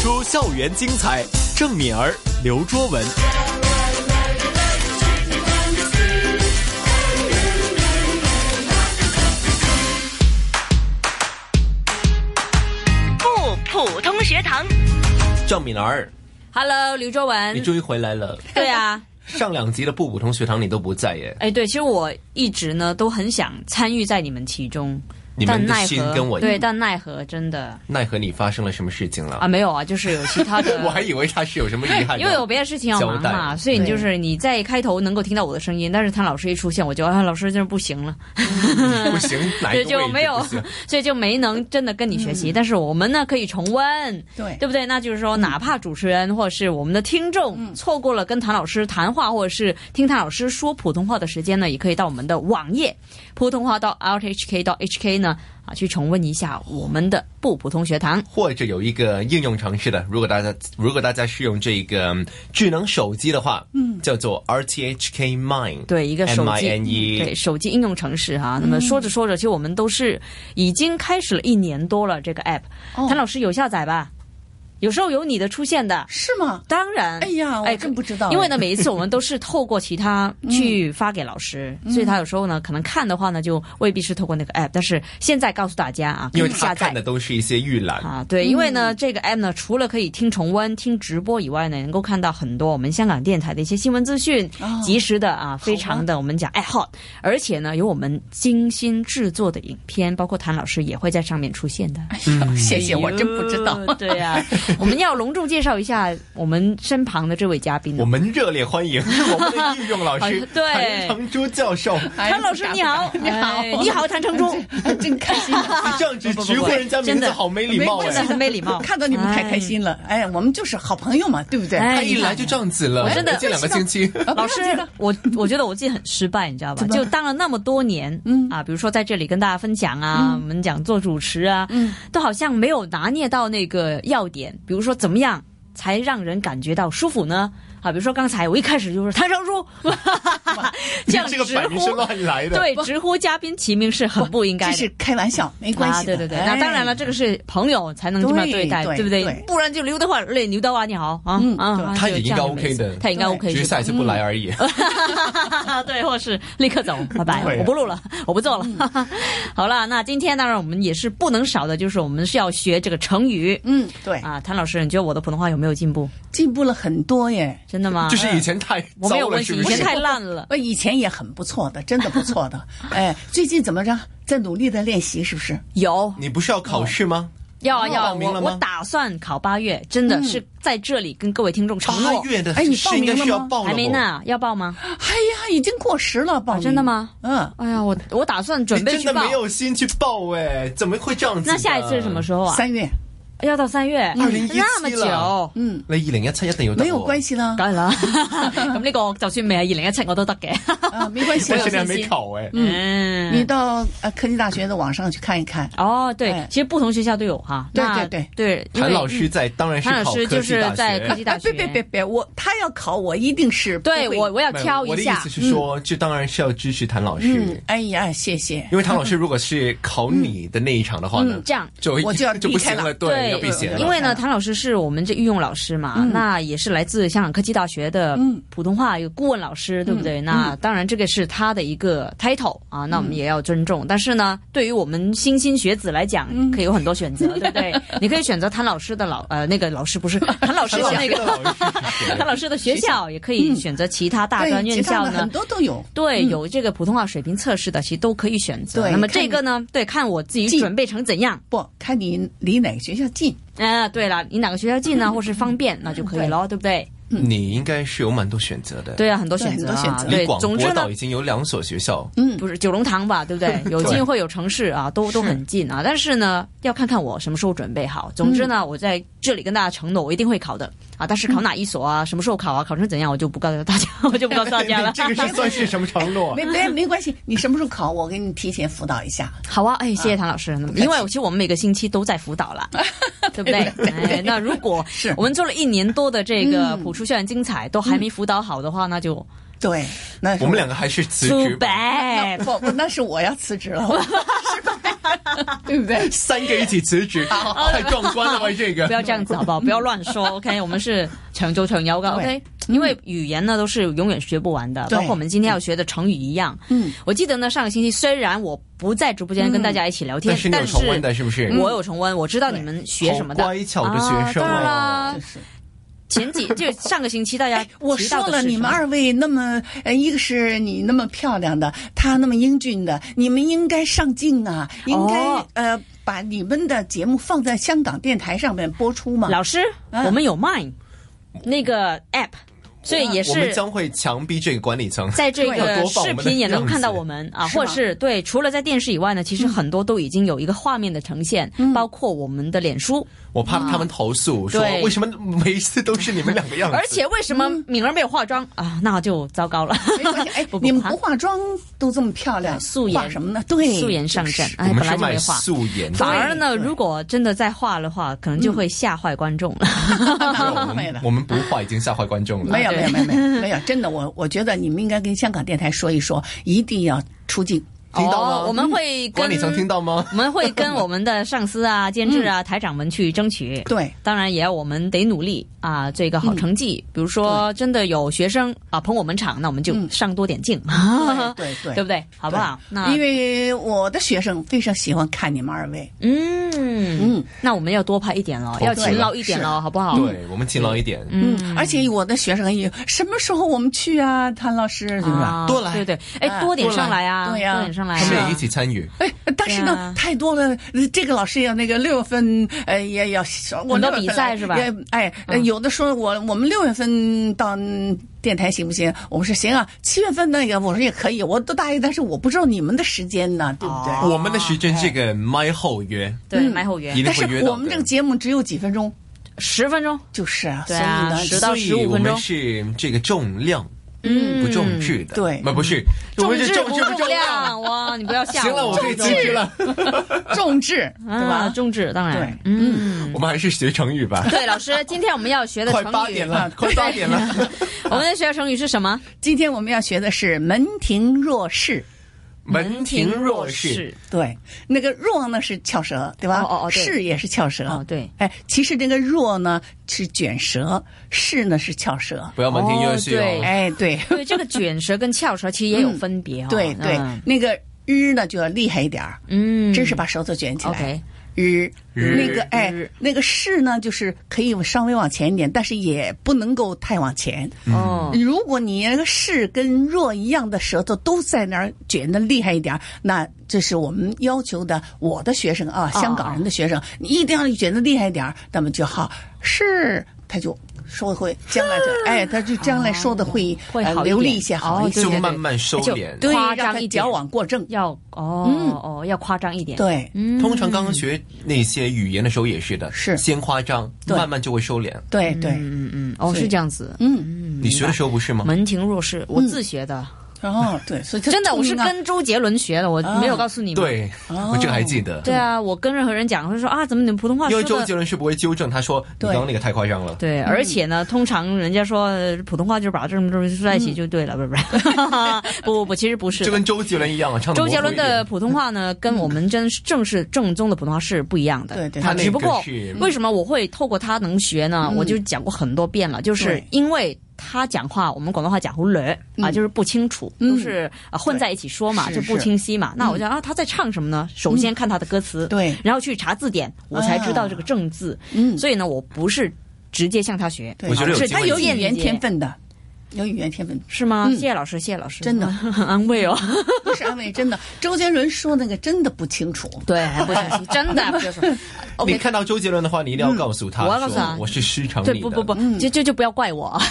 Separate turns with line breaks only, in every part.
出校园精彩。郑敏儿、刘卓文。
不普通学堂，
郑敏儿，
Hello，刘卓文
你，终于回来了。
对啊，
上两集的不普通学堂你都不在耶，
哎，对，其实我一直呢都很想参与在你们其中，
你们
但
的
奈
心
何
跟我一
对，
样
但奈何真的
奈何你发生了什么事情了？
啊，没有啊，就是有其 他
我
的。
还以为他是有什么遗憾的，
因为有别的事情要忙
交代
嘛，
啊
所以你
对
就是你在开头能够听到我的声音，但是谭老师一出现，我就啊，老师真是不行了，
不行，哪一个
对，就
位置
没有
不行，嗯
所以就没能真的跟你学习。但是我们呢可以重温，
对
对不对？那就是说，哪怕主持人或者是我们的听
嗯
众错过了跟谭老师谈话，或者是听谭老师说普通话的时间呢，也可以到我们的网页普通话到 rthk 到 hk 呢啊，去重温一下我们的不普通学堂。
或者有一个应用程式的，如果大家如果大家是用这个嗯智能手机的话，嗯，叫做 RTHK Mine，
对，一个手
M I
机
N
对
E，嗯
手机应用程式哈。那么说着说着，其实我们都是已经开始了一年多了这个 app。
哦
谭老师有下载吧？有时候有你的出现的。
是吗？
当然，
哎呀，我真不知
嗯
道。哎嗯
因为呢，，每一次我们都是透过其 他去发给老师，所以他有时候呢，可能看的话呢，就未必是透过那个 app。但是现在告诉大家啊，
因
可
为
以下
他看
载
的。都是一些预览，
啊，对，因为
嗯
呢，这个 app 呢，除了可以听重温、听直播以外呢，能够看到很多我们香港电台的一些新闻资讯，
哦
及时的啊，非常的我们讲哎 hot，而且呢，有我们精心制作的影片，包括谭老师也会在上面出现的。
谢谢，哎我真不知道。
哎呦对呀、
啊
我们要隆重介绍一下我们身旁的这位嘉宾呢
我。们热烈欢迎我们的御用老
好
师
对
谭成珠教授，
哎
谭老师你好，
你好，
哎你好，谭成珠，
好， 真开心。
这样子
不不不
直呼人家名
真
字
的
好没礼貌
没
真
关
的
哎
系，
很没 礼貌。
看到你们太开心了，哎，我们就是好朋友嘛，对不对？
哎
他
你
一
看
来就这样子了，
我真的
这两个星期。
啊
哎老师，我我觉得我自己很失败，你知道吧？
怎么
就当了那么多年，
嗯
啊，比如说在这里跟大家分享
嗯
啊，我们讲做主持啊，
嗯，
都好像没有拿捏到那个要点，比如说怎么样才让人感觉到舒服呢？啊，比如说刚才我一开始就是谭成珠，这 样
这
直
个反应是
呼，
乱来的。
对，直呼嘉宾齐名是很不应该
这
的。
是开玩笑，没关
啊，
系
对
的。
对对，
哎
那当然了，这个是朋友才能这么
对
对待，
对
不对
对？
不然就刘德华，嘞，刘德华你好啊
嗯对
啊，
他
就
也应
这
该
样就没
OK
事
的
他应该
对
OK
只是
是吧嗯
下一次不来而已。
对，或是立刻走，拜拜
对，
我不录了，我不做了。
嗯
好了，那今天当然我们也是不能少的，就是我们是要学这个成语。
嗯，对，
啊，谭老师，你觉得我的普通话有没有进步？
进步了很多耶。
真的吗？
就是以前太
我没有
糟了，
问
是
题，
不
以前
是？
太烂了。
我以前也很不错的，真的不错 的。哎，最近怎么着，在努力的练习，是不是？
有
你不是要考试吗？
要啊
哦
要啊，
报名
我
了
我
吗
打算考八月，真
嗯
的是在这里跟各位听众承
八
诺，
月的
哎你报
是应该
名了
是要
吗
报了
还没
不？
呢，要报吗？
哎呀，已经过时了，报名、
真的吗？
嗯，
哎呀，我我打算准
你
备
真
去
的
报
没。有心去报哎，怎么会这样子？
那下一次是什么？时候啊？
嗯三月，
要到三月，
2017
那么
了
久，
嗯，
你二零一七一定要
没有关
系，
系啦，
梗係啦。咁呢個就算未係二零一七，我都得嘅。
啊，没关系
但
啦
是。你还没考哎。
嗯
你到呃科技大学的网上去看一看。
哦，对
哎，
其实不同学校都有哈。
对
那
对
对，因
谭
为嗯
老师在，当然是
谭
考
老师
科
就
技
是
大
在科技
学。
大
哎，
学。
别别别别，我他要考我，一定是不
对
会
我我要
没有
挑
我
一
的意
下
思。
嗯
是说，这当然是要支持谭老
嗯
师，，
哎呀，谢谢
因。为谭老师如果是考你的那一场的话呢
嗯，这样
就
我就要
就不
避开
行了，
了
对，要避嫌
了
因为呢，谭老师是我们这御用老师嘛，那也是来自香港科技大学的
嗯
普通话有顾问老师，对不对？那当然，这个是他的一个 title 啊，那我
嗯
们也要尊重。但是呢，对于我们莘莘学子来讲，
嗯
可以有很多选择，对不 对？你可以选择谭老师的老呃那个老师不是谭老师
谭老
的那
师的
个
老师是谁
谭老师的学校，也可以选择其他大专
嗯对，
院
其他
校
的
呢
很。多都有。
对，有这个普通话水平测试的，其实都可以选择。
对
那么
看
这个呢，对，看我自己
近
准备成怎样。
不，看你离哪个学校近。
啊，对了，你哪个学校近呢，
嗯
或是方便，那就可以了，对不对？
你应该是有蛮多选择的。
嗯对啊，很多
对
选择
很多选
啊，
择
离
对，
广
总之
播
呢
岛，已经有两所学校，
嗯
不是九龙塘吧，对不 对？有
对。
机会有城市啊，都都很近啊。但是呢，要看看我什么时候准备
嗯
好。总之呢，我在这里跟大家承诺，我一定会考的啊。但是考哪一所
嗯
啊，什么时候考啊，考成怎样，我就不告诉大家， 我就不告诉大家嗯了
这个是算是什么承
哦
诺？
没没没关系，你什么时候考，我给你提前辅导一下。
好啊，哎，谢谢唐老 师。因为其实我们每个星期都在辅导啦，对不对？哎，那如果
是嗯
我们做了一年多的这个朴初校园精彩，都还没辅导好的话，那就
对，那是
我们两个还是辞
too
职吧。
bad
那。不，不那是我要辞职了。对不对？
三个一起辞职，太壮观了吧？这个
不要这样子好不好？不要乱 说，OK？我们是长做长有的
对
，OK？因
嗯
为语言呢都是永远学不完的，
对
包括我们今天要学的成语一样。
嗯，
我记得呢，上个星期虽然我不在直播间跟大家一起聊天
但，是你有
但是嗯
重温的，是不是？
我有重温，我知道你们学什么的。
好乖巧的学生
啊当然
哦
啦
就，是。
前几就上个星期大家
我
提到
说
的
了，
是
你
什
们
么
二位那么，呃，一个是你那么漂亮的，他那么英俊的，你们应该上镜啊，应该、
哦
呃，把你们的节目放在香港电台上面播出嘛。
老师，
啊
我们有 Mine 那个 App，所以也
我们
是。
将会强逼这个管理层。
在这
要
个
多放我
视
们的
频也能
样子
看到我们啊，
是吗
或者是对，除了在电视以外呢，其实很多都已经有一个画面的呈现，
嗯
包括我们的脸书。
我怕他们投诉说
嗯对
为什么每一次都是你们两个样子，
而且为什么敏嗯儿没有化妆啊？那就糟糕了，
没关系哎
不，不
你们
怕
不化妆都这么漂亮，
素颜
化什么呢？对，
素颜上
就是
阵，
我
哎，
们
本
是
来就
卖
没化。
素颜的，
反而呢，
对嗯
如果真的再化的话，可能就会吓坏观众了。
我
没
们
了
我们不化已经吓坏观众了
没。有
对
没有没有没有没有，真的，我我觉得你们应该跟香港电台说一说，一定要出镜。
听到吗
哦，我们会跟
管理层听到吗？
我们会跟我们的上司啊、监制啊、台长们去争取。
对，
当然也要我们得努力啊，做一个好成
嗯
绩。比如说，真的有学生啊捧我们场，那我们就
嗯
上多点镜，
对对
对不对？好不好？那
因为我的学生非常喜欢看你们二位，
嗯
嗯
那我们要多拍一点了，
对
要勤劳一点了，好不好？
对，我们勤劳一点。
嗯，而且我的学生也什么时候我们去啊，谭老师，对吧？
啊，
多来
对对，哎，
啊
多点上来啊，
多来对呀
多点上来
他们
啊
也一。起参与，
哎，但是
对
呢，
啊
太多了。呃这个老师要那个六月份，呃，也要我
很多
六月份
比赛
来
是吧
也哎，呃
嗯
有的说我我们六月份到嗯电台行不行？我们说行啊，七月份那个我说也可以，我都答应，但是我不知道你们的时间呢，对不对？
哦
我们的时间这个麦后约，
对，
嗯
麦后援
一定
但
会约到
是
的。
我们这个节目只有几分钟，
十分钟，
就是啊，
对啊
所以呢，
10到
所以
15
我
分钟
们是这个重量
嗯
不重质的，呃
对
不不是，我
重
们
质
是重
不
质不重量。
量哇！你不要吓
行了，我可以辞职了。
重质对
啊，
吧？
重质当然
对，
嗯，
我们还是学成语吧。
对，老师，今天我们要学的
快
成
八
语啊
点了，快八点了。
我们的学的成语是什么？
今天我们要学的是门庭若市。
门庭若市，。
对，那个若呢是翘舌，对吧？
哦哦哦对
是也是翘舌。
哦对
哎，其实这个若呢是卷舌，是呢是翘舌。
不要门庭若市
哦对
哦。
哎，对
对，这个卷舌跟翘舌其实也有分别哦。
对对
嗯，
那个日呢就要厉害一点儿，
嗯，
真是把手指卷起来。
OK，
日
日
那个哎
日，
那个是呢，就是可以稍微往前一点，但是也不能够太往前。
哦，
如果你那个是跟若一样的舌头都在那儿卷的厉害一点儿，那这是我们要求的。我的学生啊，香港人的学生，你一定要卷的厉害一点儿，那么就好。是，他就说会将来就哎，他就将来说的会、
会
呃
好一点
流利一些，好
哦
一些。
对
就
对对
慢慢收敛。
对夸
让
张
他
一点
矫枉过正。
要哦哦，要夸张一点。，
对，
嗯
通常刚刚学那些语言的时候也是的，
是
先夸张，
对
慢慢就会收敛。
对对，
嗯嗯，哦，
所以
是这样子。
嗯，
你学的时候不是吗？
门庭若市，我自学的，
然后对，所以他
真的，我是
聪明啊
跟周杰伦学的，我没有告诉你们。
对，我这个还记得。
哦对啊，我跟任何人讲，会说啊，怎么你们普通话
因
说
为
的？
周杰伦是不会纠正，他说你
对
刚刚那个太夸张了。
对，而且呢，通常人家说呃普通话就是把这么这么说在一起就对了，不是不是， 不不不，其实不是
就
的。
跟周杰伦一样，啊唱得
周杰
模糊
伦
一点
的普通 话呢，跟我们真正式正宗的普通话是不一样的。
对对
啊
他那
只不
个
过
是
为什么我会透过他能学呢？我就讲过很多遍了，就是
对
因为。他讲话，我们广东话讲“胡略”啊，就是不清楚，都是啊混在一起说嘛，
是
就不清晰嘛。那我就啊，他在唱什么呢？首先看他的歌词，
对啊
然后去查字典，我才知道这个正字。嗯，所以呢，我不是直接向他学，
对
我觉得有
是
机
他
他
会
有
的
语言天
分。
分的，有语言天分。
是吗？谢谢老师，谢谢老师，
真的
安慰哦。
不是安慰，真的，周杰伦说那个真的不清楚。
对，还不相信，真的不是说
你
OK。
看到周杰伦的话，你一定要告诉他
嗯我要
说
告诉他
我是师承
对，
你的。
不不不，就就就不要怪我，嗯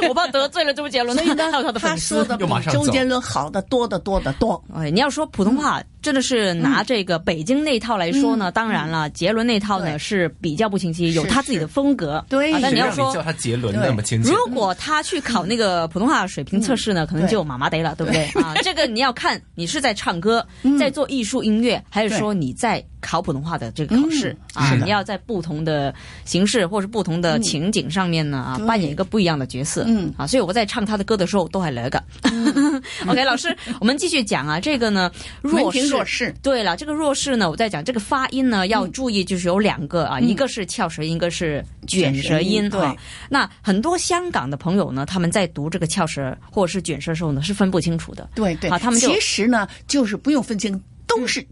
对， 我怕得罪了周杰伦，
所以呢
还有他，的
他
粉
说
丝。
的比
又马上走
周杰伦好的多得多得多。
哎，你要说普通话，真的是拿这个北京那套来说呢，当然了，杰伦那套呢
对
嗯是比较不清晰，有他自己的风格。
对
啊但
谁
你要
让
说
叫他杰伦那么亲切
如，果他去考那个普通话水平测试呢，可能就麻麻得了，对不对啊？这个你要看你是在唱歌，在做艺术音乐，还是说你在考普通话的这个考试啊？
是的
你要在不同的形式或是不同的情景上面呢啊，
对
扮演一个不一样的角色。
嗯
啊，所以我在唱他的歌的时候都还来个。OK，老师，我们继续讲啊，这个呢，
门
弱
庭弱势。
对了，这个弱势呢，我在讲这个发音呢要注意，就是有两个啊，一个是翘舌音，一个是卷舌音
嗯卷舌音
啊
对。
那很多香港的朋友呢，他们在读这个翘舌或者是卷舌的时候呢，是分不清楚的。
对对，
啊，他们就
其实呢，就是不用分清，都是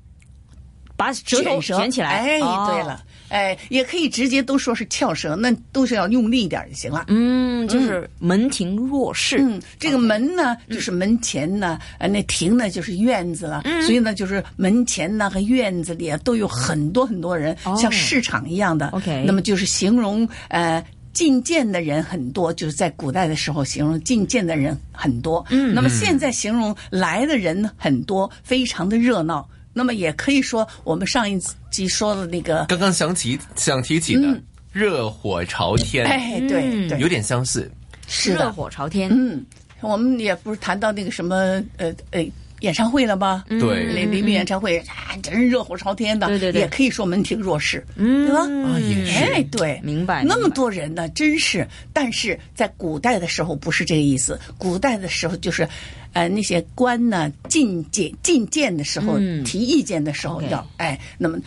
把舌头
卷舌
卷起来。
哎，
哦
对了，哎，也可以直接都说是翘舌，那都是要用力一点就行了。
嗯，就是门庭若市。
嗯，这个门呢，
嗯
就是门前呢，呃，那庭呢就是院子了，
嗯
所以呢，就是门前呢和院子里啊都有很多很多人，
哦
像市场一样的。
OK
那么就是形容呃。觐见的人很多，就是在古代的时候形容觐见的人很多。嗯，那么现在形容来的人很多，非常的热闹。那么也可以说，我们上一集说的那个，
刚刚想起想提起的热火朝天，
哎，对
嗯
对，
有点相似。
是
热
的，
火朝天，
嗯，我们也不是谈到那个什么呃呃演唱会了吗？嗯
对
雷黎明演唱会啊，真是热火朝天的，
对对对
也可以说门庭若市，
嗯
对吧？
啊，也是
哎，对，
明白
那
明
么
白
多人呢，真是。但是在古代的时候不是这个意思，古代的时候就是，呃，那些官呢进谏进谏的时候、
嗯
提意见的时候
OK
要哎，那么。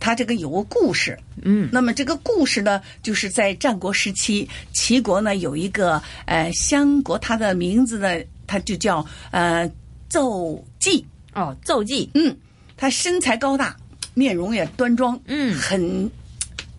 他这个有个故事，
嗯，
那么这个故事呢，就是在战国时期，齐国呢有一个呃相国，他的名字呢，他就叫呃邹忌，
哦，奏记，
嗯，他身材高大，面容也端庄，
嗯
很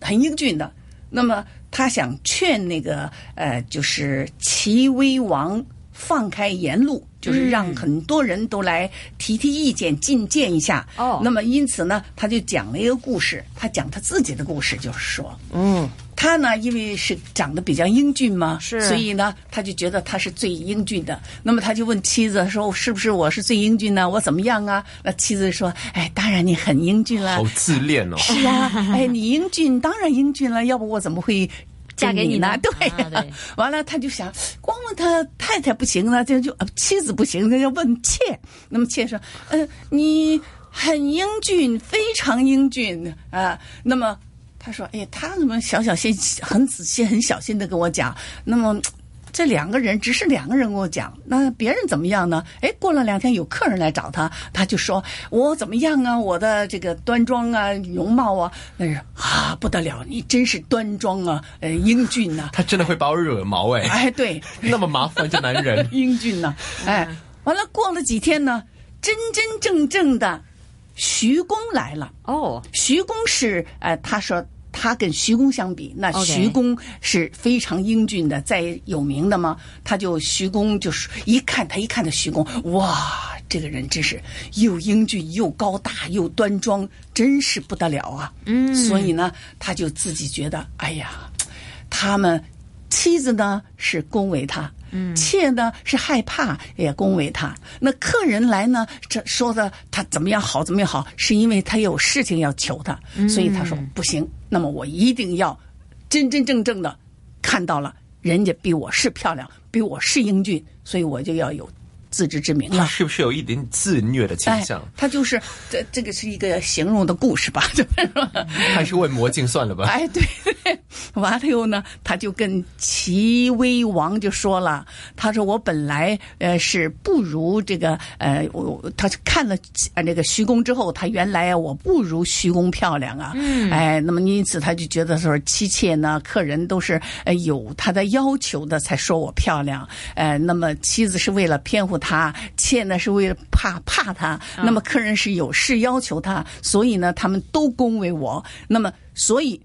很英俊的。那么他想劝那个呃，就是齐威王放开言路，就是让很多人都来提提意见、进谏一下。
哦
那么因此呢，他就讲了一个故事，他讲他自己的故事，就是说，
嗯，
他呢，因为是长得比较英俊嘛，
是
所以呢，他就觉得他是最英俊的。那么他就问妻子说：“是不是我是最英俊呢？我怎么样啊？”那妻子说：“哎，当然你很英俊啦
好，自恋哦。
是啊，哎，你英俊当然英俊了，要不我怎么会？”
嫁给你
你
呢
对呀、
啊对
完了他就想，光问他太太不行了，这就呃妻子不行，那要问妾。那么妾说，呃，你很英俊，非常英俊啊。那么他说，哎，他怎么小小心、很仔细、很小心的跟我讲？那么这两个人只是两个人跟我讲，那别人怎么样呢？哎，过了两天有客人来找他，他就说我怎么样啊？我的这个端庄啊，容貌啊，那是啊不得了，你真是端庄啊，呃，英俊呐、
他真的会把我惹毛哎、
哎，对，，
那么麻烦这男人
英俊呐、哎，完了过了几天呢，真真正正的徐公来了。
哦，
徐公是呃，他说他跟徐公相比，那
OK
徐公是非常英俊的，在有名的嘛，他就徐公就是一看他一看到徐公，哇，这个人真是又英俊又高大又端庄，真是不得了啊！嗯，所以呢，他就自己觉得，哎呀，他们妻子呢是恭维他，嗯，妾呢是害怕也恭维他。那客人来呢，这说的他怎么样好怎么样好，是因为他有事情要求他，所以他说不行，那么我一定要真真正正的看到了人家比我是漂亮，比我是英俊，所以我就要有自知之明
他
了。
是不是有一点自虐的倾
哎
向？，
他就是这这个是一个形容的故事吧，就是说。
还是问魔镜算了吧。
哎，对，完了以后呢，他就跟齐威王就说了，他说我本来呃是不如这个呃，我我他看了呃那个徐公之后，他原来啊我不如徐公漂亮啊，嗯，哎，那么因此他就觉得说妻妾呢、客人都是呃有他的要求的才说我漂亮，呃，那么妻子是为了偏护他，妾呢是为了怕怕他，那么客人是有事要求他，所以呢他们都恭维我，那么所以。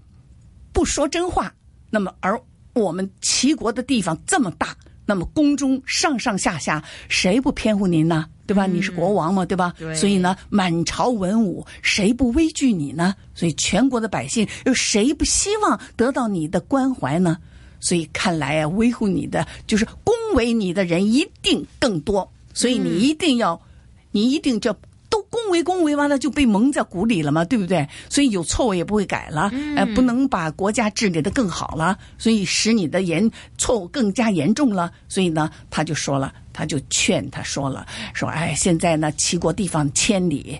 不说真话，那么而我们齐国的地方这么大，那么宫中上上下下谁不偏护您呢？对吧？你是国王嘛，对吧？
对
所以呢，满朝文武谁不畏惧你呢？所以全国的百姓又谁不希望得到你的关怀呢？所以看来啊，维护你的就是恭维你的人一定更多，所以你一定要，你一定叫都恭维恭维完了就被蒙在鼓里了嘛，对不对？所以有错误也不会改了，呃，不能把国家治理的更好了，所以使你的严错误更加严重了。所以呢，他就说了，他就劝他说了，说哎，现在呢，齐国地方千里。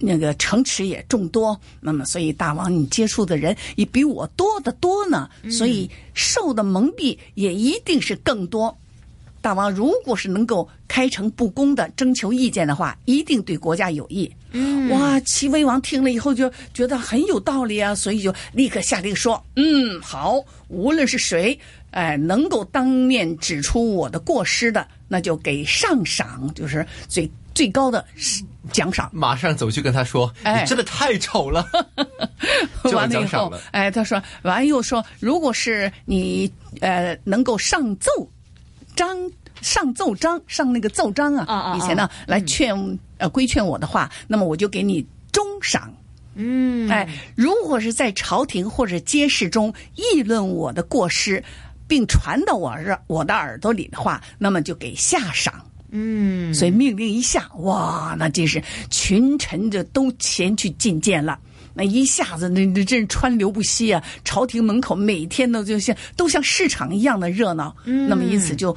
那个城池也众多，那么所以大王你接触的人也比我多得多呢，所以受的蒙蔽也一定是更多。大王如果是能够开诚布公的征求意见的话，一定对国家有益。嗯，哇，齐威王听了以后就觉得很有道理啊，所以就立刻下令说，嗯，好，无论是谁，哎、能够当面指出我的过失的，那就给上赏，就是最最高的奖赏。
马上走去跟他说：“
哎
你真的太丑了。 就
完了
奖
以
赏
后
了，
哎，他说完又说，如果是你呃能够上奏章上奏章上那个奏章啊，
啊啊啊
以前呢、来劝、呃规劝我的话，那么我就给你中赏。
嗯，
哎，如果是在朝廷或者街市中议论我的过失，并传到我耳我的耳朵里的话，那么就给下赏。
嗯，
所以命令一下，哇，那真是群臣这都前去觐见了。那一下子，那那真是川流不息啊！朝廷门口每天都就像都像市场一样的热闹，
嗯
那么因此就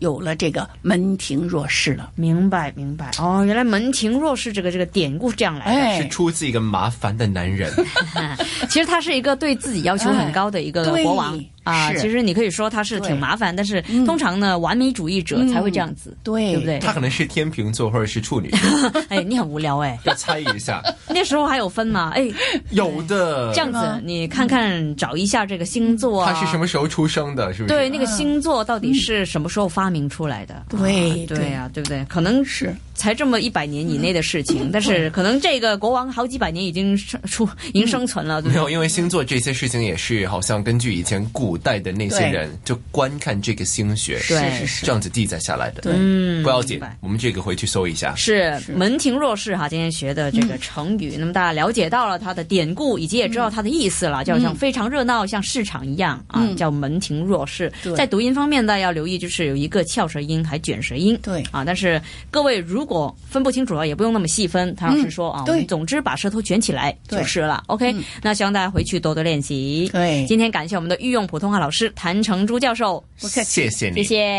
有了这个门庭若市了。
明白明白。哦，原来门庭若市这个这个典故是这样来的。
是
哎，
出自一个麻烦的男人，
其实他是一个对自己要求很高的一个
哎对
国王啊、
是
其实你可以说他是挺麻烦，但是通常呢，完美主义者才会这样子，
对
对不对？
他可能是天秤座或者是处女座，
哎，你很无聊哎，
要猜一下。
那时候还有分吗？哎，
有的，
这样子你看看找一下这个星座啊，
嗯他是什么嗯时候出生的？是不是？
对，那个星座到底是什么时候发明出来的？
对
啊对呀、对不对？可能
是
才这么一百年以内的事情，但是可能这个国王好几百年已经生出已经生存了，对
没
不对？
有，因为星座这些事情也是好像根据以前古代的那些人就观看这个星学，
对
是是
这样子记载下来的。
对
嗯，
不要紧
明白，
我们这个回去搜一下。
是门庭若市哈，今天学的这个成
嗯
语，那么大家了解到了它的典故，以及也知道它的意思
嗯
了，就好像非常热闹，像市场一样啊，叫门庭若市
对。
在读音方面呢，要留意就是有一个翘舌音，还卷舌音。
对
啊，但是各位如果分不清楚了，啊也不用那么细分。唐老师说啊，
嗯对
我们总之把舌头卷起来
对嗯
就是了。OK，那希望大家回去多多练习。
对
今天感谢我们的御用普通话老师谭成珠教授，
不客气
谢谢你，
谢谢。